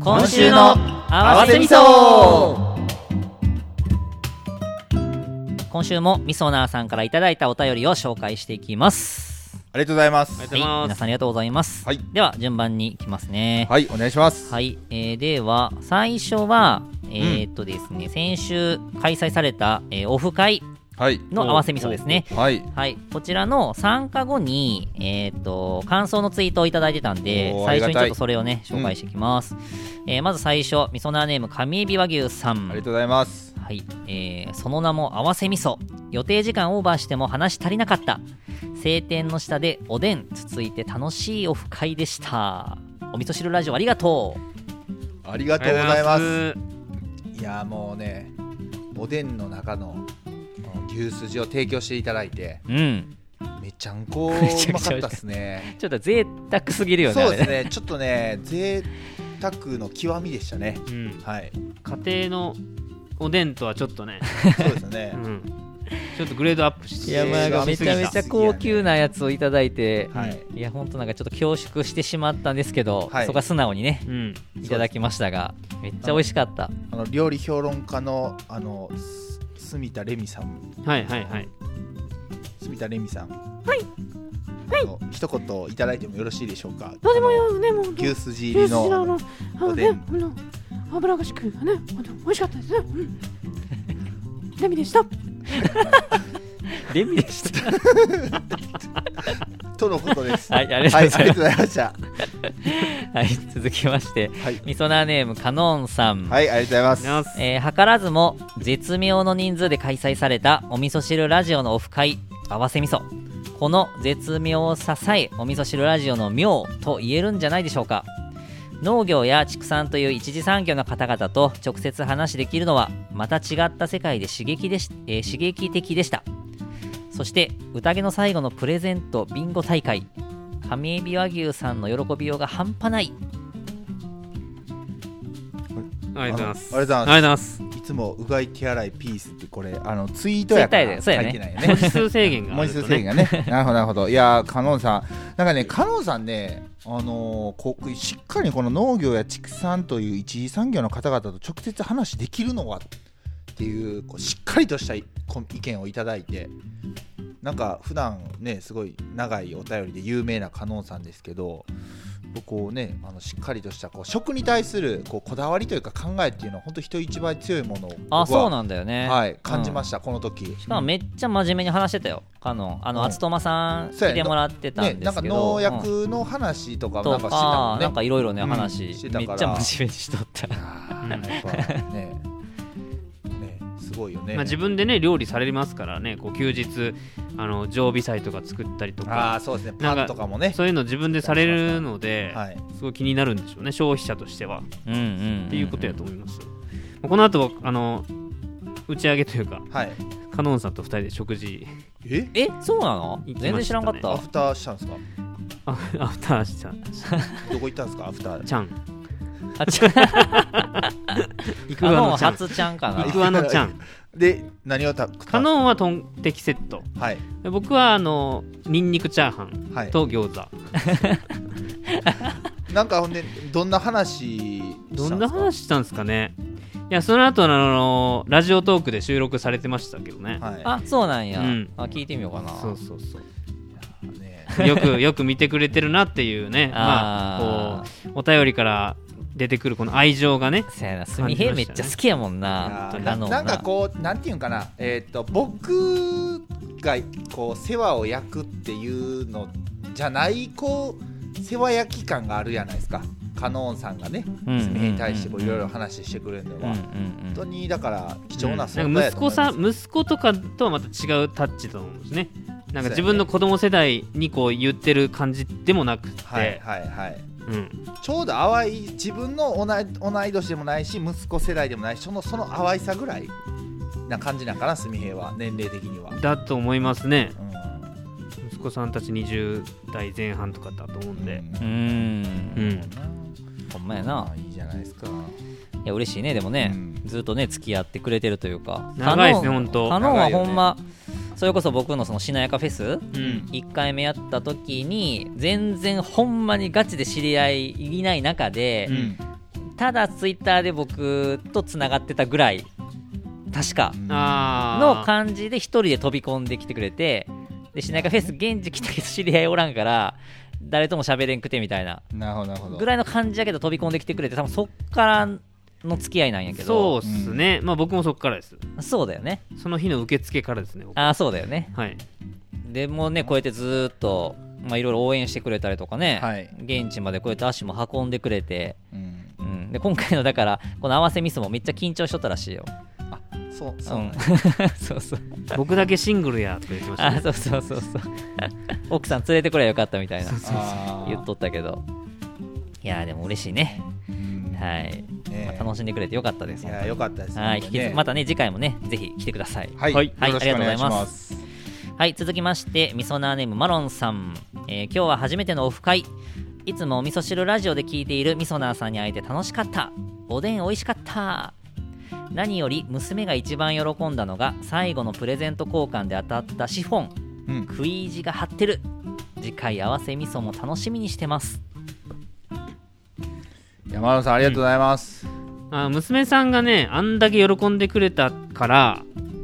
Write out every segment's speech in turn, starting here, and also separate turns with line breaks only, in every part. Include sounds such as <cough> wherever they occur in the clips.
今週の合わせ味噌今週もみそなーさんからいただいたお便りを紹介していきます
ありがとうございます
ありがとうござい
はい、
ま
皆
す
さんありがとうございます、
はい
では順番にいきますね
はいお願いします
はい、えーでは最初はえーっとですね、先週開催された、えーオフ会
はい
の合わせ味噌ですね
はい
はい、こちらの参加後に、えー、と感想のツイートをいただいてたんで
おー
最初
あ
にち
りが
ょ
た
っ
い
とそれをね紹介していきます、えーまず最初みそなーネーム神エビ和牛さん
ありがとうございます
はいえーその名も合わせみそ予定時間オーバーしても話足りなかった晴天の下でおでんつついて楽しいオフ会でしたお味噌汁ラジオありがとう
ありがとうございます
ありがとうございま
いやもうねおでんの中のこの牛すじを提供していただいて
うん
めちゃんこう
めちゃ
ま
くちゃ
かったっすね
ちょっと贅沢すぎるよね
そうです
あれね
ねちょっとね贅沢の極みでしたね
すうん
<laughs> はい
家庭のおでんとはちょっとね、
そうですね
うん、ちょっとグレードアップし
い
て
や
まあ
なんかめちゃめちゃ高級なやつをいただいて、
はい
いや本当なんかちょっと恐縮してしまったんですけど、
はい
そこは素直にね
うん、
いただきましたがめっちゃ美味しかった
あの料理評論家のあのす住田レミさん
はいはいはい
住田レミさんはいはい一言いただいてもよろしいでしょうか
どうでもいいよねもう
あの牛すじ入
牛
り
すじの
の
あのあの
おで
ね
ん
あの油がしくねあの美味しかったですね
<laughs>
うんレミでした
レミでした
とのことです
はいありがとうございます
はありがとうございました
<laughs> はい続きまして
はい
みそなーネームカノンさん、
はいありがとうございま
い
す
ただきます
えー図らずも絶妙の人数で開催されたお味噌汁ラジオのオフ会合わせ味噌この絶妙ささえお味噌汁ラジオの妙と言えるんじゃないでしょうか農業や畜産という一次産業の方々と直接話しできるのはまた違った世界で刺激でし、えー刺激的でしたそして宴の最後のプレゼントビンゴ大会神エビ和牛さんの喜びようが半端ない
ありがとうござい
あの
ます
ありがとうございます
ありがとうございます
いつもうがい手洗いピースってこれあのツイートやから
ツイッターやでそう
書い
やね
てないよ
文
ね
字数制限があ
文
る
字
と
数制限
ね
が
<laughs>
ねなるほどなるほどいやーカノンさんなんかねカノンさんねあのーこうしっかりこの農業や畜産という一次産業の方々と直接話できるのはっていうこうしっかりとしたいこ意見をいただいてなんか普段ねすごい長いお便りで有名なカノンさんですけどこうねあのしっかりとしたこう食に対するこうこだわりというか考えっていうのは本当人一倍強いものを
あ
僕は
そうなんだよね
はい感じました、この時
しかもめっちゃ真面目に話してたよ、カノン。あの、
うん
厚友さん
そう
来
や
てもらってた
ね、
んで
なん
す
か
けど、
農
うん
薬の話とかもな
と
んかしてたも
か
ん、ね。
なんかいろいろね、
うん
話、
してた
め
から
っちゃ真面目にしと
<laughs>
った。
あーやっぱね、ね、すごいよね。
まあ、自分でね料理されますからねこう休日あの常備菜とか作ったりと
ああ
か
そうですね、
なんか
パンとかもね。
そういうの自分でされるので、
はい。
すごい気になるんでしょうね消費者としては
うんうんん。
っていうことやと思いますよ、まあこの後あの打ち上げというか
はい。
カノンさんと2人で食事
え？
え、そうなの、
行きましたね
全然知らんかっ
ア
た
フ。ターしたんですか？
あアフターしちゃん
どこ行ったんですか？アフタ
<laughs>
ー。
ちゃん
あ、ちゃん、
<laughs> イク
カ
ワ
ノン
のちゃん
初ちゃんかな
イ。クワのちゃん
で何をた食ったんですか？
カノンはトンテキセット
はい
で僕はあのニンニクチャーハン
はい。
と餃子
なんかほんでどんな話したんですか？
どんな話したんですかねいやその後のあのラジオトークで収録されてましたけどね、
は
あ、そうなんや、
うん
あ、聞いてみようかな。
そうそうそう
い。ね、
よくよく見てくれてるなっていうねま
あ
あ
ー
こうお便りから出てくるこの愛情がね
せやな、すみへめっちゃ好きやもんな
あ、ー
カ
な
ノン
なんかこうなんていうんかな、えー、と僕がこう世話を焼くっていうのじゃないこう世話焼き感があるじゃないですかカノンさんがね
うんうんうんうん
爪に対してこういろいろ話してくれるのは、
うんうん
本
うん
当にだから貴重な
う
存
んな
在や
んか
と
息
思いま
子
す
さん息子とかとはまた違うタッチだと思うんですねなんか
そうやね
自分の子供世代にこう言ってる感じでもなくて、
はいはいはい
うん、
ちょうど淡い自分の同い同い年でもないし息子世代でもないしそのその淡いさぐらいな感じなんかな純平は年齢的には、
だと思いますね
う
息子さんたち20代前半とかだと思うん
ん
で、
う
うん
うん
ん。ほんまやな。
いいじゃないですか
いや嬉しいねでもね、
うん
ずっとね付き合ってくれてるというか
長いですね
カノン
ほんと
カノンは
長いよ
ほ
ね
んま、それこそ僕のそのしなやかフェス
うん
1回目やった時に全然ほんまにガチで知り合いいない中で、
うん
ただツイッターで僕とつながってたぐらい確か
あー
の感じで一人で飛び込んできてくれてでしなかフェス現地来たけど知り合いおらんから誰とも喋れんくてみたいな
なるほどなるほど
ぐらいの感じやけど飛び込んできてくれて多分そっからの付き合いなんやけ
そ
ど
うっすね、まあ僕もそこからです
そうだよね
その日の受付からですね僕
ああそうだよね
はい
でもうねこうやってずーっとまあいろいろ応援してくれたりとかね、
はい
現地までこうやって足も運んでくれて、
うん
うん、で今回のだからこの合わせミスもめっちゃ緊張しとったらしいよ
そう
う
そうん
<laughs> そうそう
僕だけシングルやとか言ってました、
あ
ね、
そうそうそうそう奥さん連れてくればよかったみたいな
あー
言っとったけどいやーでも嬉しいね
うん
はい、
ね
まあ、楽しんでくれてよかったです
いや良かったですね
はい引き続きまたね次回もねぜひ来てください
はい、
は
はいい、
はい
よろしくお願いします。
はい、続きまして、みそなーネームマロンさん。えー今日は初めてのオフ会。いつもお味噌汁ラジオで聞いているみそなーさんに会えて楽しかった。おでん美味しかった。何より娘が一番喜んだのが最後のプレゼント交換で当たったシフォン
うん、
食い意地が張ってる次回合わせみそも楽しみにしてます
山野さんありがとうございます。
あ娘さんがねあんだけ喜んでくれたから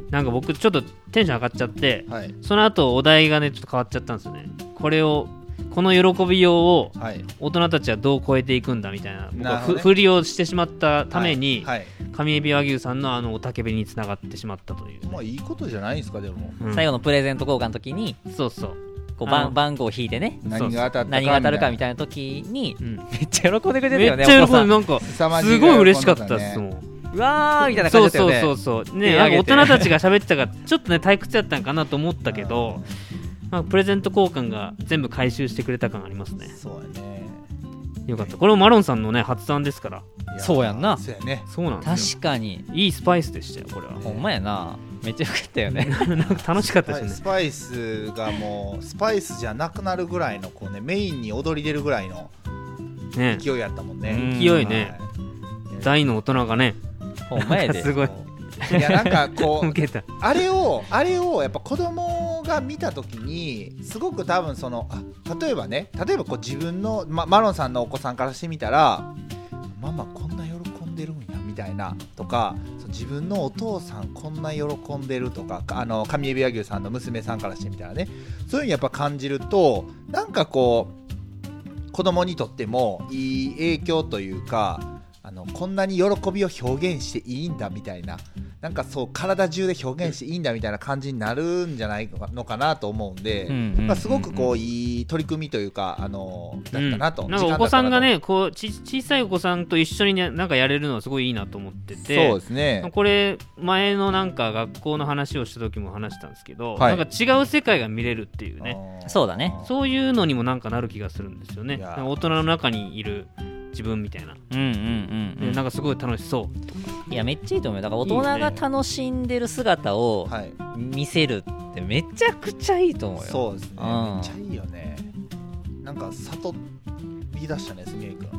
なんか僕ちょっとテンション上がっちゃって
はい
その後お題がねちょっと変わっちゃったんですよねこれをこの喜びようを
はい。
大人たちはどう超えていくんだみたいな僕
なる
は
ほ
ふ、
どね
振りをしてしまったために、
はい。は
上海老和牛さんのあのおたけびにつながってしまったという、
い、まあいいことじゃないですかでも。
うん
最後のプレゼント交換の時に
そうそう、
こう
あの
番番号を引いてね
何が当たったか
何が当たるかみ
た
たいな
い
時に
うん、
めっちゃ喜んでくれてる
め
よ
っ
ね
ちゃ
お子
喜ん
さ
でなんか
凄まじ
す
いぐ
ごい
らい
嬉
喜
し
ん
か
で
った
たね
っすもん
うわーみたいな感
そ
じ
う
だったよ
そう
ね
そうそう
手
ね
上
なん
げて
か大人たちが喋ってたからちょっとね退屈やったんかなと思ったけ
<laughs>
ど、まあ、プレゼント交換が全部回収してくれた感ありますね
な。そうやね。
よかったこれもマロンさんのね発案ですから
いや
そうやんな
そうやね。
そうなんです
確かに
よいいスパイスでしたよこれは <laughs>
ほんまやなめっちゃよかったよね
なんか楽しかった
は
で
い
す
ス
ね
パイスがもうスパイスじゃなくなるぐらいのこうねメインに踊り出るぐらいの
ね
勢いやったもんね。
うん
は
勢いね
い
大の大人がね
ほんまや
す
で
ごい
いやなんかこう <laughs>
受けた
あれをあれをやっぱ子供が見た時にすごく多分そのあ例えばね例えばこう自分の、ま、マロンさんのお子さんからしてみたらママこんな喜んでるんやみたいなとかそう自分のお父さんこんな喜んでるとかかあの上海老和牛さんの娘さんからしてみたらねそういうのやっぱ感じるとなんかこう子供にとってもいい影響というかあのこんなに喜びを表現していいんだみたいななんかそう体中で表現していいんだみたいな感じになるんじゃないのかのかなと思うんで、
うんうんうんうん
まあ、すごくこういい取り組みというか、あのだったなと、
うん、なんか
時間
お
だ
子
った
さ
なと
んがねこうち小さいお子さんと一緒にねなんかやれるのはすごいいいなと思ってて
そうですね
これ前のなんか学校の話をした時も話したんですけど、
はい
なんか違う世界が見れるっていうね
あー
そうだね
そういうのにもなんかなる気がするんですよね
いやー
なんか大人の中にいる自分みたいな、
うんうんうん
でなんかすごい楽しそ
いやめっちゃいいと思うよだから大
いい
人
ね
が楽しんでる姿を
はい
見せるってめちゃくちゃいいと思うよ
そうですね、
うん
めっちゃいいよねなんか悟り出したねすみえくん
う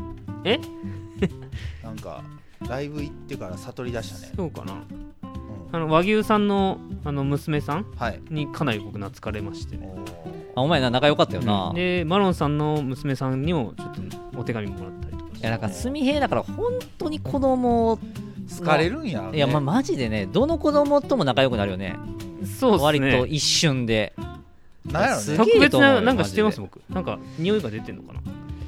え
なんかライブ行ってから悟り出したね、
そうかな
うん
あの和牛さんのあの娘さん
はい
にかなり僕懐かれまして
お
ね
ー
あお前な仲良かったよな、
うん
い
でマロンさんの娘さんにもちょっとお手紙もらったりとかして
やなんかすみへいだから本当に子供を
好かれるんや、ね、
いやまあマジでねどの子供とも仲良くなるよね
そうっす
割と
ね
一瞬で
なんやろね
すげ
特
えと
別
思うよ
ななんかしてます
マ
僕なんか匂いが出てんのかな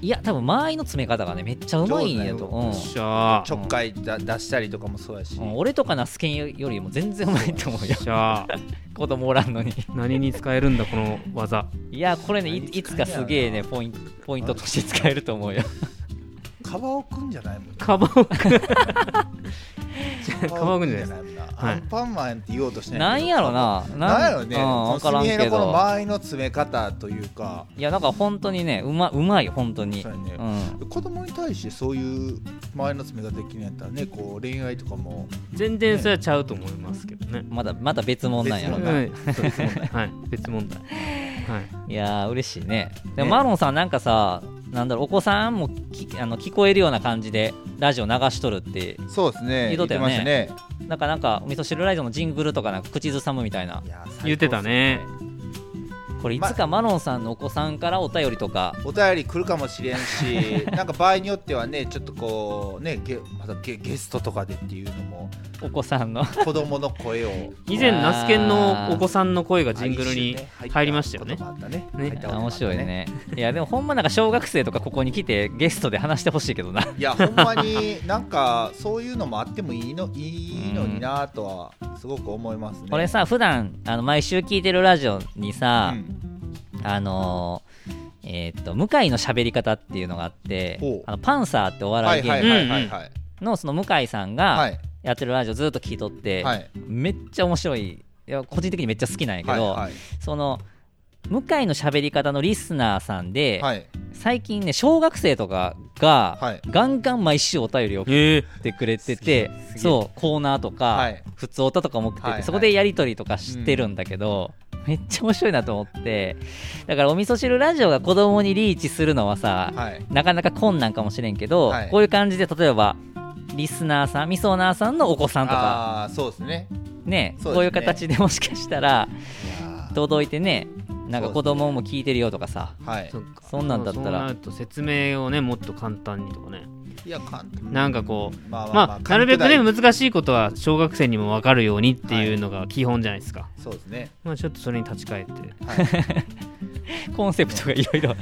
い
や多分間合いの詰め方がねめっちゃうまいんやと
よ
思
っしゃ
ちょっかいだ出したりとかもそうやし、
うん、うん俺とかナスケンよりも全然うまいと思うよ
ーじゃあ
子供おらんのに
何に使えるんだこの技
いやこれねい
何使え
いつかすげえねポインポイントとして使えると思うよ
カバオくんじゃないも
<laughs>
ん
カバオ
カ
バオくんじゃな
いも
いです
んな、
は
ア
い
ンパンマンって言おうとし
<laughs>
て
な
ない
ん
けど
やろな
なんやろね、
う
そ
ん、
の
分からん
すみへいの
け
この
ど
間合いの詰め方というか、
いやなんか本当にねうまうまいよ本当に
そうやね
うん
子供に対してそういう間合いの詰め方できるんやったらね、こう恋愛とかも、
全然それはちゃうと思いますけどね
まだまだ別物なんやろ
う
な
別
はい別問題はい別問題
<laughs>
はい
いやー嬉しいねで
ね
マロンさんなんかさなんだろうお子さんもきあの聞こえるような感じでラジオ流しとるって
そうですね
言うとったよね
ね。
なんかなんかお味噌汁ラジオのジングルとかなんか口ずさむみたいな
言
言ってたね
これいつかマロンさんのお子さんからお便りとか
お便り来るかもしれんし <laughs> なんか場合によってはねちょっとこうねゲまたゲゲストとかでっていうのも
お子さんの
子供の声を
<laughs> 以前ナスケンのお子さんの声がジングルに入りましたよね
入ったね
ね
入ったこともあ
面
った
白いねいやでもほんまなんか小学生とかここに来てゲストで話してほしいけどな
いやほんまになんかそういうのもあってもいいのいいのになとはすごく思いますね。
俺さ普段あの毎週聞いてるラジオにさ
う、ん
あのーえーっと向井の喋り方っていうのがあって
ほう
あのパンサーってお
は
笑
い
い芸
はい
人
はいはいはい
のその向井さん
は
が
い
やってるラジオずっと聞いとって、
はい
めっちゃ面白いいや個人的にめっちゃ好きなんやけど、
はい
その向井の喋り方のリスナーさんで、
はい
最近ね小学生とかが、
はい
ガンガン毎週お便りを送
ええ
ってくれてて
すげえ
そうコーナーとか、
はい
普通歌とかも送ってて、
はいはい
そこでやり取りとかしてるんだけど、めっちゃ面白いなと思ってだからお味噌汁ラジオが子供にリーチするのはさ、
はい
なかなか困難かもしれんけど、
はい
こういう感じで例えばリスナーさんみそなーさんのお子さんとか
ああーそうですね。
ね
そうですね
こういう形でもしかしたら
いや
届いてねなんか子供も聞いてるよとかさ
ーはい
そっか
そんなんだったら
そうなると説明をねもっと簡単にとかね
いやかん
なんかこう
まあまあま
ま
あ
あ、なるべくね
噛み砕い
難しいことは小学生にも分かるようにっていうのが基本じゃないですか、
てそうですね。
まあ、ちょっとそれに立ち返って
はい。
コンセプトがいろいろ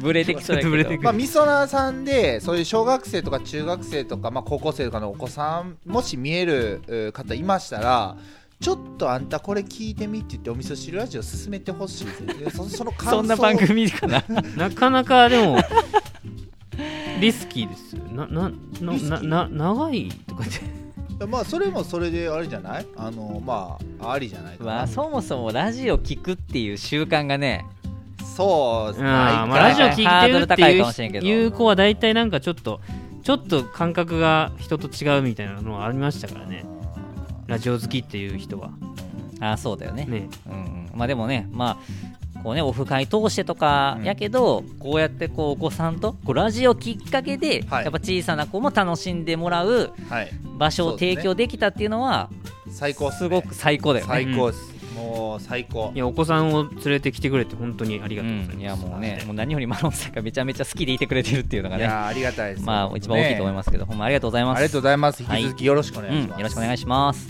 ブレてきそうやけど
ちょっとブレてく
まあ、みそなさんでそういう小学生とか中学生とか、まあ、高校生とかのお子さんもし見えるえー方いましたらちょっとあんたこれ聞いてみって言ってお味噌汁ラジオ進めてほしいですそ <laughs> その感想
そんな番組かな
なかなかで
<laughs>
もリスキーですよななの
リスキ
な
ー
な長いとかっ
<laughs>
て
まあそれもそれであれじゃないあのまあありじゃないかな、
まあそもそもラジオ聞くっていう習慣がね
そうですね
あーまあ、
は
ラ
い
ジオ聞いてるって
ハードル高い
い
か
う
もしれんけど
いう子は大体なんかちょっとちょっと感覚が人と違うみたいなのはありましたからねラジオ好きっていう人は
ああそうだよね
ね
うんうん、まあでもねまあこうねオフ会通してとかやけど、こうやってこうお子さんとこうラジオきっかけで、
はい
やっぱ小さな子も楽しんでもらう
はい
場所を提供できたっていうのは
最高っす,、
す
ね、
ごく最高だよね
最高です、もう最高
いやお子さんを連れてきてくれて本当にあり
う
がとうございます、
ん、いやもうねもう何よりマロンさんがめちゃめちゃ好きでいてくれてるっていうのが
い
ね
やーありがたいです
まあ一番大きいと思い
ま
ますけど、ほんまありがとうございます
ありがとうございます引
はい
き続きよろしくお願いします、
うん、よろしくお願いします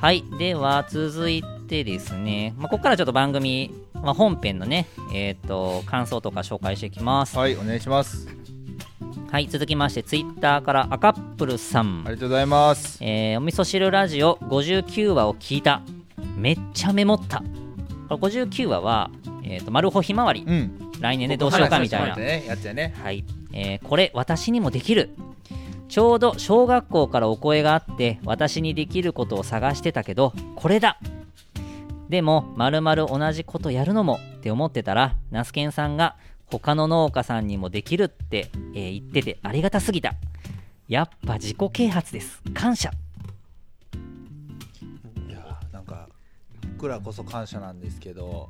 はいでは続いてですね、まあ、ここからちょっと番組、まあ、本編のねえっ、と感想とか紹介していきます
はいお願いします
はい続きましてツイッターからアカップルさ
あ
ん、
りがとうございます
えーお味噌汁ラジオ59話を聞いためっちゃメモったこれ59話は、えー、とマルホひまわり
うん
来年でどうしようかみたいな
話しましたねやつやね
はい、えーこれ私にもできるちょうど小学校からお声があって私にできることを探してたけどこれだでもまるまる同じことやるのもって思ってたらナスケンさんが他の農家さんにもできるって、えー言っててありがたすぎたやっぱ自己啓発です感謝
いやーなんか僕らこそ感謝なんですけど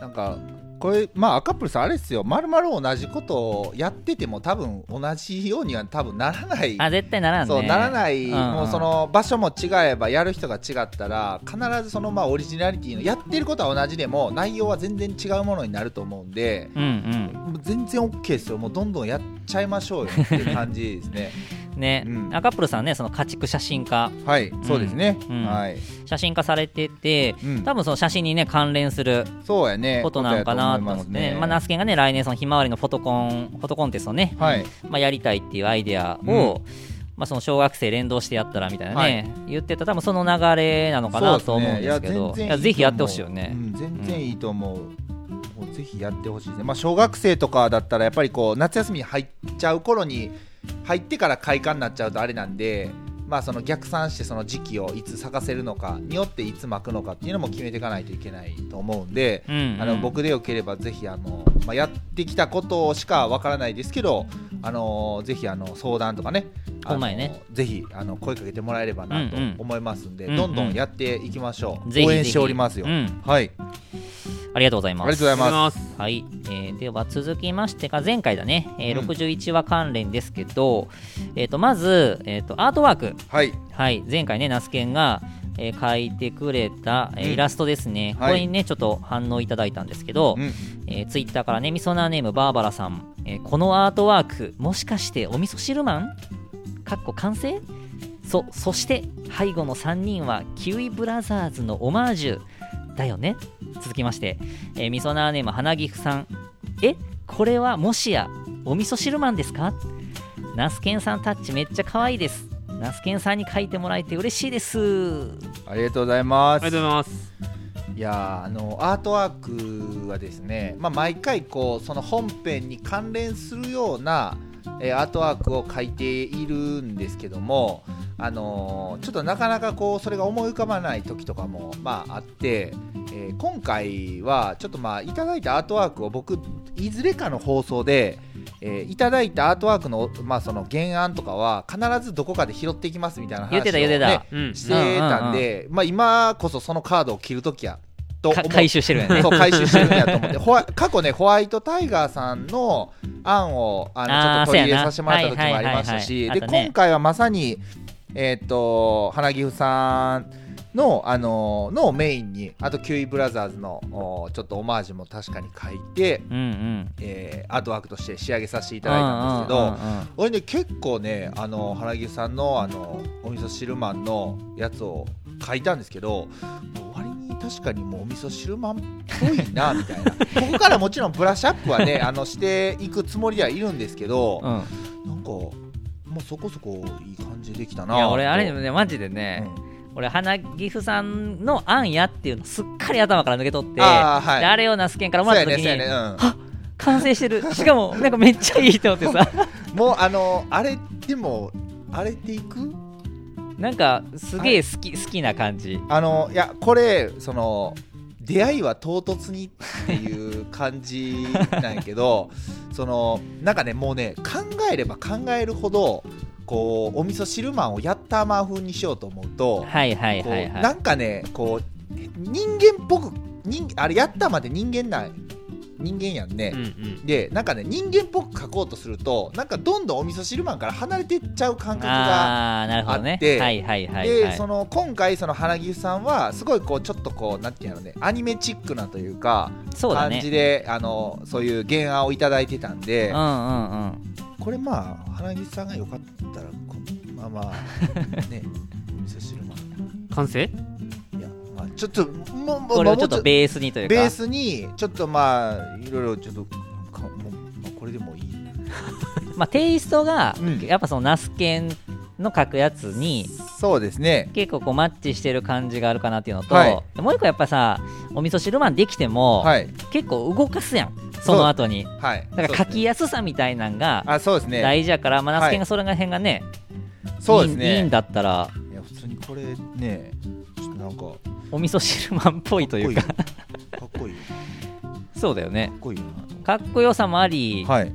なんかこれまあアカップルさんあれですよまるまる同じことをやってても多分同じようには多分ならない
あ絶対ならんね
そうならない、
うん
もうその場所も違えばやる人が違ったら必ずそのまあオリジナリティのやってることは同じでも内容は全然違うものになると思うんで
うんうん
もう全然 OK ですよもうどんどんやっちゃいましょうよっていう感じです
<laughs>
ね
ね、
うん
アカップルさんねその家畜写真家
はいそうですね、
うん
はい、
写真家されてて、
うん
多分その写真にね関連する
そうやね
ことなんかなと思
ことや
っ
と
て
思い
ね、
す
まあ、ナスケンがね、来年、そのひまわりのフォトコン、フォトコンテストをね、
はい
まあ、やりたいっていうアイデアを、まあ、その小学生連動してやったらみたいなね、言ってた、多分その流れなのかなと思うんですけ
そう
ど、
すね
い
い
や
や
ぜ
全然いいと思う
ひやってほしいよね
う。ん全然いいと思う。もうぜひやってほしいですね、まあ、小学生とかだったらやっぱりこう夏休みに入っちゃう頃に入ってから開花になっちゃうとあれなんで、まあ、その逆算してその時期をいつ咲かせるのかによっていつ巻くのかっていうのも決めていかないといけないと思うんで、
うんうん
あの僕でよければぜひあの、まあ、やってきたことしかわからないですけど、あのぜひあの相談とかねあ
ほん
の
まやね
ぜひあの声かけてもらえればなと
うんうん
思いますんで、
うんうん
どんどんやっていきましょう、
ぜひぜひ
応援しておりますよ、
うん
はい
ありがとうござい
ありが
ま
とうご
す。
ざいます
ます
はい、えーでは続きましてが前回だね、えー
うん
61話関連ですけど、えー、とまず、えー、とアートワーク、
はい
はい、前回ね、ナスケンがえー描いてくれた、えー
うん
イラストですね、
はい
これにねちょっと反応いただいたんですけど、
うん
えツイッター Twitter からねみそなーネームバーバラさん、えーこのアートワークもしかしてお味噌汁マンかっこ完成そそして背後の3人はキウイブラザーズのオマージュだよね続きまして、えー、みそなーネーム花ギフさんえこれはもしやお味噌汁マンですかナスケンさんタッチめっちゃ可愛いですナスケンさんに書いてもらえて嬉しいです
ありがとうございま
あ
す。
りがとうございます
いやーあのアートワークはですね、まあ、毎回こうその本編に関連するような、えーアートワークを書いているんですけども、あのーちょっとなかなかこうそれが思い浮かばない時とかも、まあ、あって、えー今回はちょっとまあいただいたアートワークを僕いずれかの放送で、えーいただいたアートワークの,、まあその原案とかは必ずどこかで拾っていきますみたいな話を、
言ってた言ってた
ね
うん
してたんで、まあ、今こそそのカードを切るときやと
か
思う
回収してるよね
そう回収してるんやと思って
<laughs>
ホワ過去ねホワイトタイガーさんの案をあのちょ
あー
っと取り入
そうやな
れさせてもらった時もありましたし
はいはいはいはい
で
あったね
今回はまさにえっ、と花木夫さんのあののをメインにあとキウイブラザーズのおちょっとオマージュも確かに書いて、
うんうん
えーアートワークとして仕上げさせていただいたんですけど、
うんうんうん
俺ね結構ねあの原木さんのあのお味噌汁マンのやつを書いたんですけどもう割に確かにもうお味噌汁マンっぽいなみ
<laughs>
たいなここからもちろんブラッシュアップはねあのしていくつもりではいるんですけど、
うん
なんかもうそこそこいい感じできたないい
や俺あれでもねマジでね、俺花岐阜さんの案やっていうのすっかり頭から抜け取って、
あーはい
であれをナスケンからも
そ
ら
う
っ
や
た
ね
時
そう
に、
やね、 <laughs> うん
完成してるしかもなんかめっちゃいいと思ってさ <laughs>
もうあのあれでもあれっていく
なんかすげえ好き、好きな感じ
あのいやこれその出会いは唐突にっていう感じなんやけ
<laughs>
どそのなんかねもうね考えれば考えるほどこうお味噌汁マンをやったマー風にしようと思うと、
はいはいはい
こ
は
う
い
なんかねこう人間っぽく人あれやったまで人間ない人間やんね
う、んうん
でなんかね人間っぽく書こうとするとなんかどんどんお味噌汁マンから離れてっちゃう感覚が
ああーなるほど
あ
ね
って
はいはいはい
で、
はい
その今回その花木さんはすごいこうちょっとこうなんていうのねアニメチックなというか
そうだ
感
ね
じであのそういう原案をいただいてたん
う
で
んうんうん
これまあ花木さんがよかったらこまあま
<laughs>
あねお味噌汁も
完成
いやまあちょっともうもう
これをちょっ
もう
とベースにというか
ベースにちょっとまあいろいろちょっとかもう、まあこれでもいい
まあテイストが、
うん
やっぱそのナスケンの書くやつに
そうですね
結構こうマッチしてる感じがあるかなっていうのと、
は
もう一個やっぱさお味噌汁マンできても、
はい
結構動かすやんその後に
はい
だから書きやすさみたいなんが
あそうですね
大事やから、まあ、ナスケンがそれら辺がね,いい、
そうですね
いいんだったら
いや普通にこれねちょっとなんかかっ
お味噌汁マンっぽいとい
こいうい <laughs>
か
かっこいいよ
そうだよね
かっこいいよなと思って
かっこよさもあり、
はい、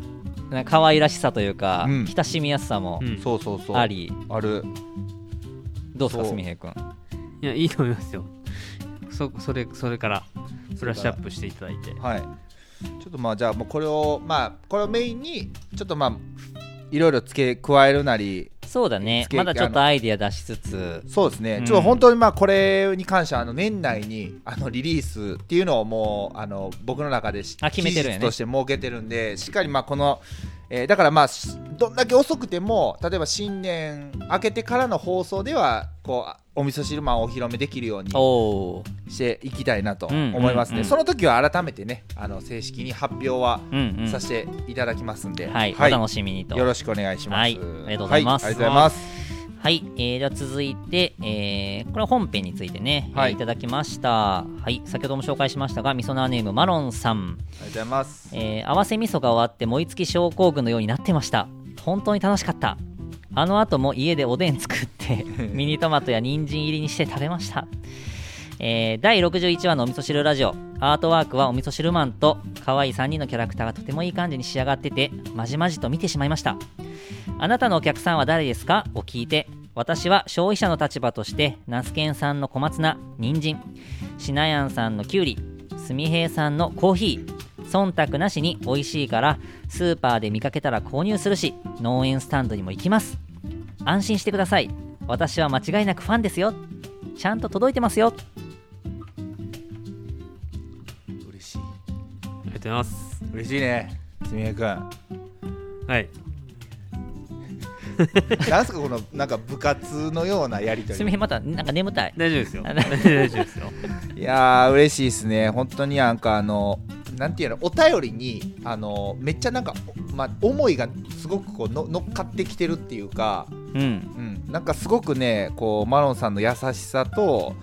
なんか可愛らしさというか、
うん
親しみやすさも
うん
そうそうそう
あり、
ある
どうですか
そう
すみへいくん
いやいいと思いますよそそれそれからブラッシュアップしていただいて
はいちょっとまあじゃあもうこれをまあこれをメインにちょっとまあいろいろ付け加えるなり
そうだね
つけ
まだちょっとアイディア出しつつ
そうですね、
うん
ちょっと本当にまあこれに関してはあの年内にあのリリースっていうのをもうあの僕の中でし
あ決めてるんやね
期日として設けてるんでしっかりまあこの、えーだからまあしどんだけ遅くても例えば新年明けてからの放送ではこうあお味噌汁マンをお披露目できるように
おお
していきたいなと
うん
思います
う
ね、
んうん
その時は改めてねあの正式に発表は
うんうん
させていただきますんで、
はい、お楽しみにと
よろしくお願いします、
はいありがとうございます
はありがとうございます
はい、えー、では続いて、えー、これは本編についてね、
はい
えーいただきました。はい、先ほども紹介しましたが、みそなーネームマロンさん、
ありがとうございます
えー合わせみそが終わって燃え尽き症候群のようになってました。本当に楽しかった。あの後も家でおでん作って、ミニトマトや人参入りにして食べました。えー第61話のお味噌汁ラジオアートワークはお味噌汁マンと可愛い3人のキャラクターがとてもいい感じに仕上がっててまじまじと見てしまいましたあなたのお客さんは誰ですかを聞いて私は消費者の立場としてナスケンさんの小松菜人参しなやんさんのきゅうりすみへいさんのコーヒー忖度なしに美味しいからスーパーで見かけたら購入するし農園スタンドにも行きます安心してください私は間違いなくファンですよちゃんと届いてますよ
嬉しい
りがとうございます
嬉しいねつみやく
<laughs>
ん
はい
何すかこのなんか部活のようなやりと
す
り
みませんまたなんか眠たい
大丈夫ですよ
あ
大
な
丈夫ですよ
いやー嬉しいですね本当になんかあのなんていうのお便りにあのめっちゃなんか、まあ、思いがすごくこうの乗っかってきてるっていうか、
うん
うん、なんかすごくねこうマロンさんの優しさと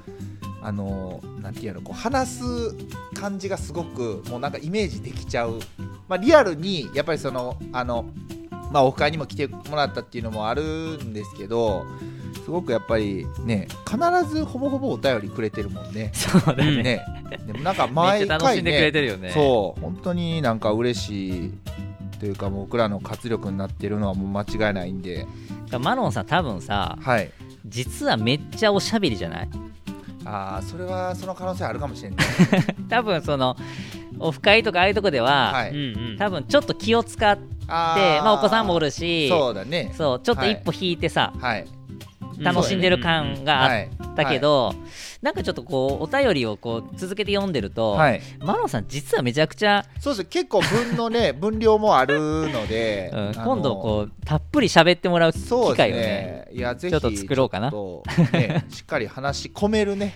あのなんていうのこう話す感じがすごくもうなんかイメージできちゃう、まあ、リアルにやっぱりそのあの、まあ、オフ会にも来てもらったっていうのもあるんですけどすごくやっぱりね必ずほぼほぼお便りくれてるもんね。
そうだね,、
ね、でもなんか
め
毎
っちゃ楽
回
しんでくれ
ね
てるよね
そう本当になんか嬉しいというかもう僕らの活力になってるのはもう間違いないんで
だからマロンさん多分さ
はい
実はめっちゃおしゃべりじゃない
ああそれはその可能性あるか
<laughs>
もしれない
多分そのオフ会とかああいうとこでは、
は
う
い、
んうん
多分ちょっと気を使って
あー
まあ、お子さんもおるし
そうだね
そうちょっと一歩引いてさ、
はい
楽しんでる感があっ
い
たけど、なんかちょっとこうお便りをこう続けて読んでると、
はい、はい、
マロンさん実はめちゃくちゃ、
そうです結構分の
<laughs>
ね分量もあるので、
うん
あの
今度こうたっぷり喋ってもらう機
そうで
会
す
をね
ねいやぜひ
ちょっと作ろうかな
ちょっ
<laughs>
とね、しっかり話し込めるね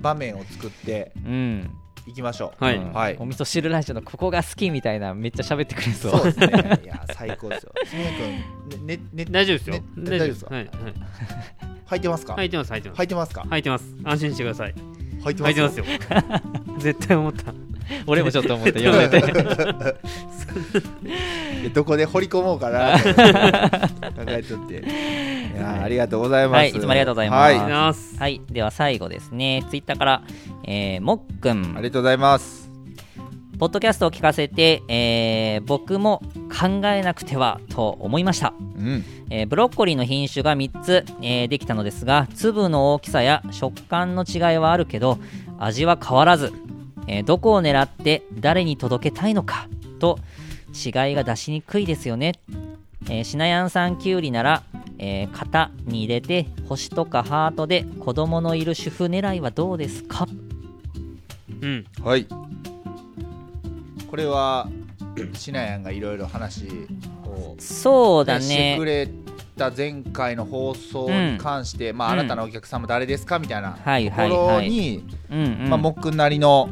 場面を作って
うん
いきましょう
はい
うん
はい
お味噌汁ラジオのここが好きみたいなめっちゃ喋ってくれそう
そうですね。いや、最高ですよ。すみくん、ね、ね、ね、
大丈夫ですよ
ね
大
大丈夫ですか
はいはい
履いてますか。
入ってます入ってます
履いてますか。
入ってます安心してください
履いて
入ってますよ <laughs> 絶対思った
俺もちょっと思って読んで
<laughs>
て
でどこで掘り込もうかな。考えとって。いや、ありがとうございます。
はいいつもありがとうございます
は
あり
い
がとうございます
はいでは最後ですねツイッターから、えーもっくん
ありがとうございます。
ポッドキャストを聞かせて、えー僕も考えなくてはと思いました、
うん。
えーブロッコリーの品種が3つ、えーできたのですが粒の大きさや食感の違いはあるけど味は変わらず、えーどこを狙って誰に届けたいのかと違いが出しにくいですよね、えーシナヤンさんきゅうりなら、えー型に入れて星とかハートで子供のいる主婦狙いはどうですか
うん
はい。これは。シナヤンがいろいろ話を。
そうだ
して
ね
くれた前回の放送に関して、まあ、あなたのお客様誰ですかみたいな。と
はい
こ
はい
ろ
は
に、
い、うんうん
まあ、もっくんなりの。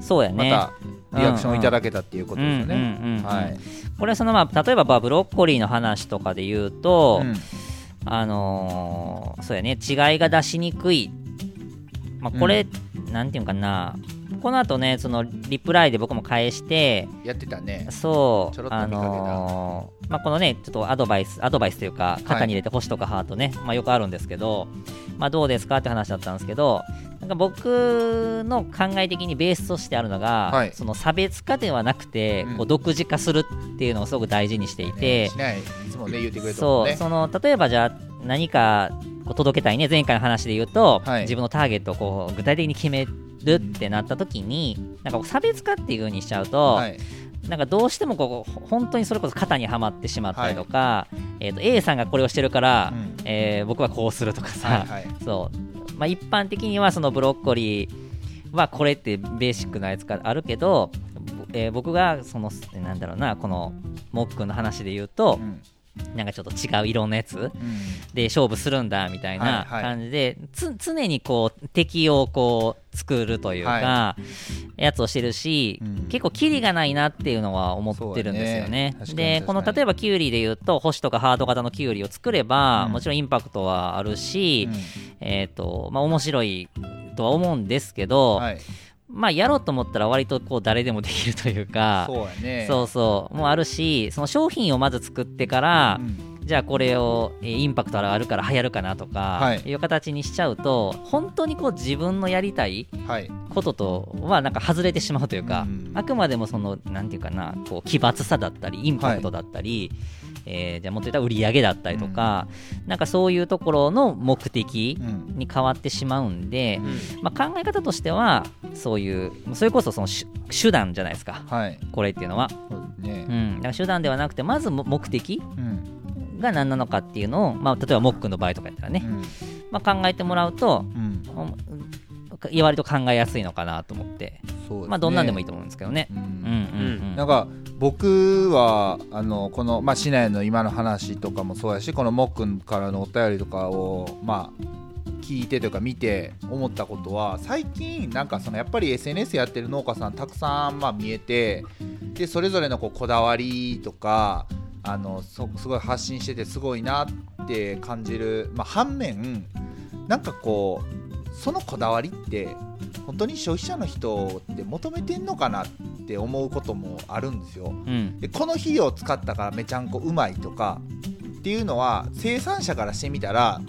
そうや
ま
ね
たリアクションをいただけたっていうことですよ
うんうんうんう
ね
ん。
はい。
これはそのまあ例えばまあブロッコリーの話とかで言うと、
うん
あのーそうやね違いが出しにくい、まあ、これ、なんていうのかなこの後ねそのリプライで僕も返して
やってたね。
そう
ちょろっと見
あ
かけた
のーまあ、このねちょっとアドバイスアドバイスというか肩に入れて星とかハートね、まあ、よくあるんですけど、まあ、どうですかって話だったんですけどなんか僕の考え的にベースとしてあるのが、
はい
その差別化ではなくて、
うん
こう独自化するっていうのをすごく大事にしていて、
ねしない、いつもね、言ってくれたも
そう
んね。
その例えばじゃあ何かこう届けたいね前回の話で言うと、
はい
自分のターゲットをこう具体的に決めるってなった時になんかこう差別化っていう風にしちゃうと、
はい。
なんかどうしてもこうほ本当にそれこそ肩にはまってしまったりとか、えー、と A さんがこれをしてるから、
うん
えー僕はこうするとかさ、
はいはい
そうまあ、一般的にはそのブロッコリーはこれってベーシックなやつがあるけど、ぼえー僕がそのなんだろうなこのモックの話で言うと、
うん
なんかちょっと違う色のやつ
うん
で勝負するんだみたいな
はいはい
感じで、つ常にこう敵をこう作るというか、
は
やつをしてるし、
うん
結構キリがないなっていうのは思ってるんですよね
そうだね確かに
でこの
確かに
例えばキュウリで言うと星とかハート型のキュウリを作れば、
うん
もちろんインパクトはあるし、
う
えっ、とまあ面白いとは思うんですけど、
んはい。
まあやろうと思ったら割とこう誰でもできるというか
そうやね。
そうそうもうあるしその商品をまず作ってから、
うん
じゃあこれをえーインパクトあるから流行るかなとか、
はい
い、う形にしちゃうと本当にこう自分のやりたい
はい。
こととはなんか外れてしまうというか、
うん
あくまでもそのなんていうかなこう奇抜さだったりインパクトだったり、えーじゃあもっと言ったら売り上げだったりとか、なんかそういうところの目的
うん
に変わってしまうんで、
うん
まあ、考え方としてはそういうそれこそその手手段じゃないですか
はい。
これっていうのは、
そうです
う
ね。
ん、だから手段ではなくてまずも目的
うん。
が何なのかっていうのを、まあ、例えばモックの場合とかやったらね、
うん
まあ、考えてもらうと、
うん
うん、割と考えやすいのかなと思って、
そうです
まあ、どんなんでもいい
と
と思うんですけどね。
思う
うんんうんう
なん
ん
か僕はあのこの、まあ、市内の今の話とかもそうやしこのもっくんからのお便りとかを、まあ、聞いてというか見て思ったことは最近なんかそのやっぱり SNS やってる農家さんたくさんまあ見えてでそれぞれのこうこだわりとかあのそすごい発信しててすごいなって感じる、まあ、反面なんかこうそのこだわりって本当に消費者の人って求めてんのかなって思うこともあるんですよ。
うん
でこの肥料を使ったからめちゃんこうまいとかっていうのは生産者からしてみたら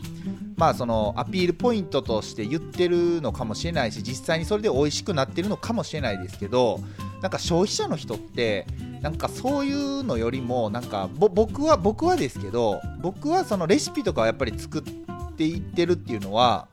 まあそのアピールポイントとして言ってるのかもしれないし実際にそれで美味しくなってるのかもしれないですけどなんか消費者の人ってなんかそういうのよりもなんかぼ僕は僕はですけど僕はそのレシピとかをやっぱり作っていってるっていうのは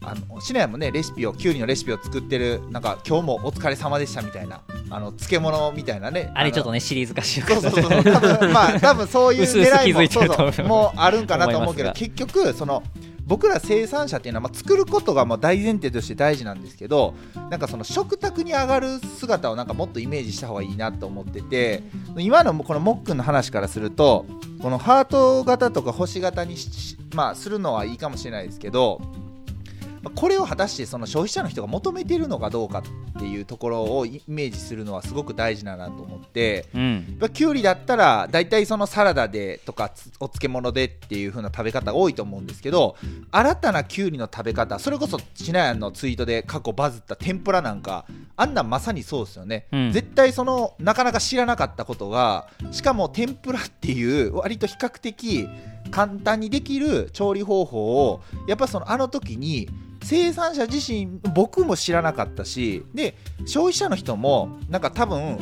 あの市内もねレシピをきゅうりのレシピを作ってるなんか今日もお疲れ様でしたみたいなあの漬物みたいなね
あれちょっ
と
とねシリーズ化しよう
そうそうそうそう多分まあ多分そういう
薄々
狙いも
気づいてると思いま
そう
す
そうもうあるんかなと思うけど
思います
結局その僕ら生産者っていうのは、まあ、作ることがもう大前提として大事なんですけどなんかその食卓に上がる姿をなんかもっとイメージした方がいいなと思ってて今のこのもっくんの話からするとこのハート型とか星型にし、まあ、するのはいいかもしれないですけどまあこれを果たしてその消費者の人が求めてるのかどうかっていうところをイメージするのはすごく大事だなと思って。
うん
やっぱきゅうりだったら大体そのサラダでとかつお漬物でっていう風な食べ方多いと思うんですけど新たなきゅうりの食べ方それこそシナヤンのツイートで過去バズった天ぷらなんかあんなんまさにそうですよね、
うん
絶対そのなかなか知らなかったことがしかも天ぷらっていう割と比較的簡単にできる調理方法をやっぱそのあの時に生産者自身僕も知らなかったしで消費者の人もなんか多分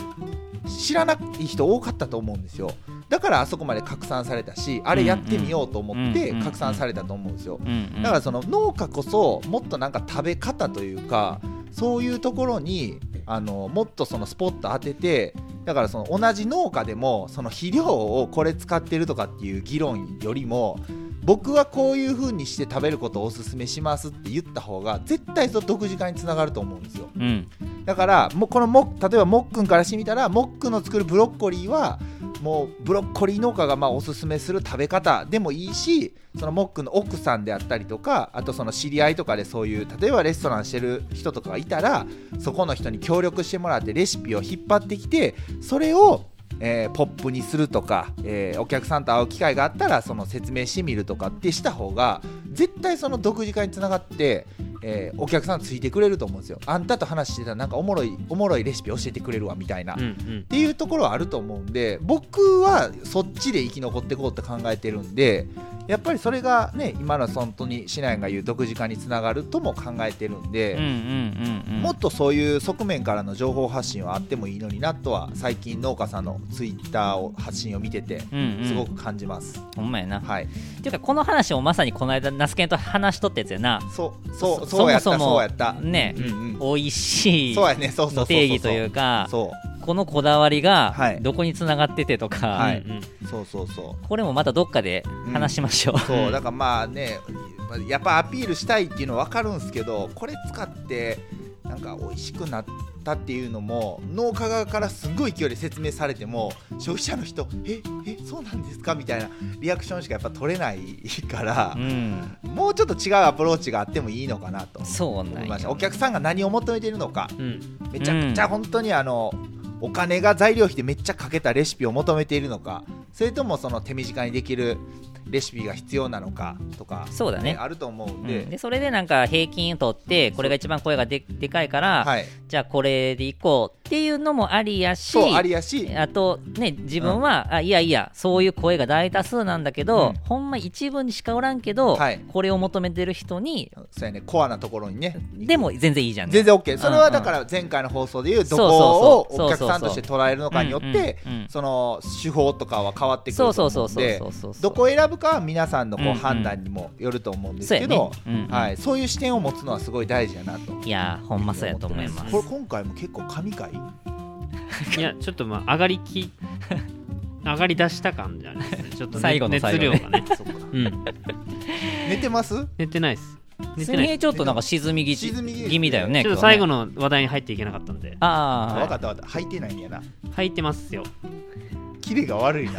知らない人多かったと思うんですよだからあそこまで拡散されたしあれやってみようと思って
うんうん
拡散されたと思うんですよ
うんうん
だからその農家こそもっとなんか食べ方というかそういうところにあのもっとそのスポット当ててだからその同じ農家でもその肥料をこれ使ってるとかっていう議論よりも僕はこういう風にして食べることをおすすめしますって言った方が絶対その独自化につながると思うんですよ。
うん
だからもうこのも例えばもっくんからしてみたらもっくんの作るブロッコリーはもうブロッコリー農家がまあおすすめする食べ方でもいいしそのもっくんの奥さんであったりとかあとその知り合いとかでそういう例えばレストランしてる人とかがいたらそこの人に協力してもらってレシピを引っ張ってきてそれをえーポップにするとか、えーお客さんと会う機会があったらその説明してみるとかってした方が絶対その独自化につながって、えーお客さんついてくれると思うんですよあんたと話してたらなんかおもろいおもろいレシピ教えてくれるわみたいな、
う
っ
ん
ていうところはあると思うんで僕はそっちで生き残っていこうって考えてるんでやっぱりそれがね今の本当に市内が言う独自化につながるとも考えてるんで、
うんうんうんうん
もっとそういう側面からの情報発信はあってもいいのになとは最近農家さんのツイッターを発信を見てて
うんうん
すごく感じます、
ほんまやなっ
はい
ていうかこの話をまさにこの間ナスケンと話しとったやつやな
そうそうそうやった
そもそも
そうやった
ね
うんうん
美味しい
そうやねそうそうそうそ
の
う
定義というか
そ
このこだわり
は
が
い
どこにつながっててとか、
はいう
うんうん
うそうそうそう
これもまたどっかで話しましょう、
そううんだからまあねまあやっぱアピールしたいっていうのは分かるんですけどこれ使ってなんか美味しくなったっていうのも農家側からすごい勢いで説明されても消費者の人ええそうなんですかみたいなリアクションしかやっぱ取れないから
う、ん、
もうちょっと違うアプローチがあってもいいのかなと
そう
思
ないん
ました
や
お客さんが何を求めているのか
うん
めちゃくちゃ本当にあの、お金が材料費でめっちゃかけたレシピを求めているのかそれともその手短にできるレシピが必要なのかとか
そうだね
あると思うんで,、
うんでそれでなんか平均を取ってこれが一番声がででかいから、
はい、
じゃあこれでいこうっていうのもありやし
そうありやし
あとね自分は、あいやいやそういう声が大多数なんだけど、
うん
ほんま一部にしかおらんけど、
はい
これを求めてる人に
そうやねコアなところにね
でも全然いいじゃん、ね、
全然 OK それ
うんう
は
ん
だから前回の放送でいう
そ
ど
う
こ
そう
を
そう
お客さんとして捉えるのかによっ
そうそう
て
そううんうんうん
その手法とかは変わってく
そう
る
そ
と
うそ
思
う
う
んそうそ
で
うそう
どこを選ぶかは皆さんのこ
うん
う
うん
判断にもよると思うんです
そうや
け
ね
ど、
うんうん
はい、そういう視点を持つのはすごい大事だなと
いやーほんまそうやと思います
これ今回も結構神回
いやちょっとまあ上がりき上がり出した感じありますねちょっとね、
最後の最
熱量
後
がね <laughs>
そっか
うん
寝てます
寝てないです寝て
水
ないで
平ちょっとなんか沈みぎ
沈み気味
気味だよね
すちょっと最後
の
の話題に入っていけなかったんで
ああ
分かった分かった履いてないんやな
履いてますよ
キレが
<laughs>
悪いな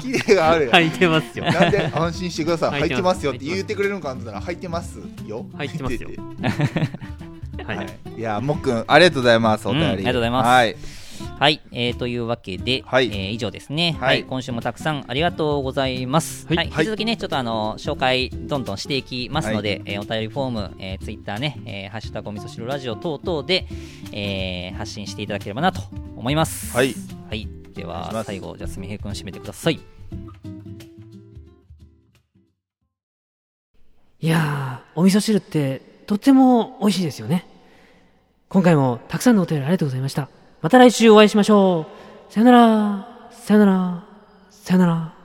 キレが悪いな
履いてますよ
なんで安心してください履
履い
い
て
て
ま
ますすよって言ってくれるのかなと思ったら履いてますよ
履いてますよ
てて
はい、
はいいやもっくんありがとうございますお便り、
うんありがとうございます
はい
はい、えー、というわけで、
はい
えー以上ですね、は
はいい
今週もたくさんありがとうございます、は
はいい
引き続きねちょっとあの紹介どんどんしていきますので、えーお便りフォーム、えー、ツイッターね、えーハッシュタグおみそ汁ラジオ等々で、えー発信していただければなと思います
はい、
はい、で
お願い
は
します
最後じゃあすみへいくん締めてください
いやー、お味噌汁ってとっても美味しいですよね。今回もたくさんのお便りありがとうございました。また来週お会いしましょう。さよなら、さよなら、さよなら。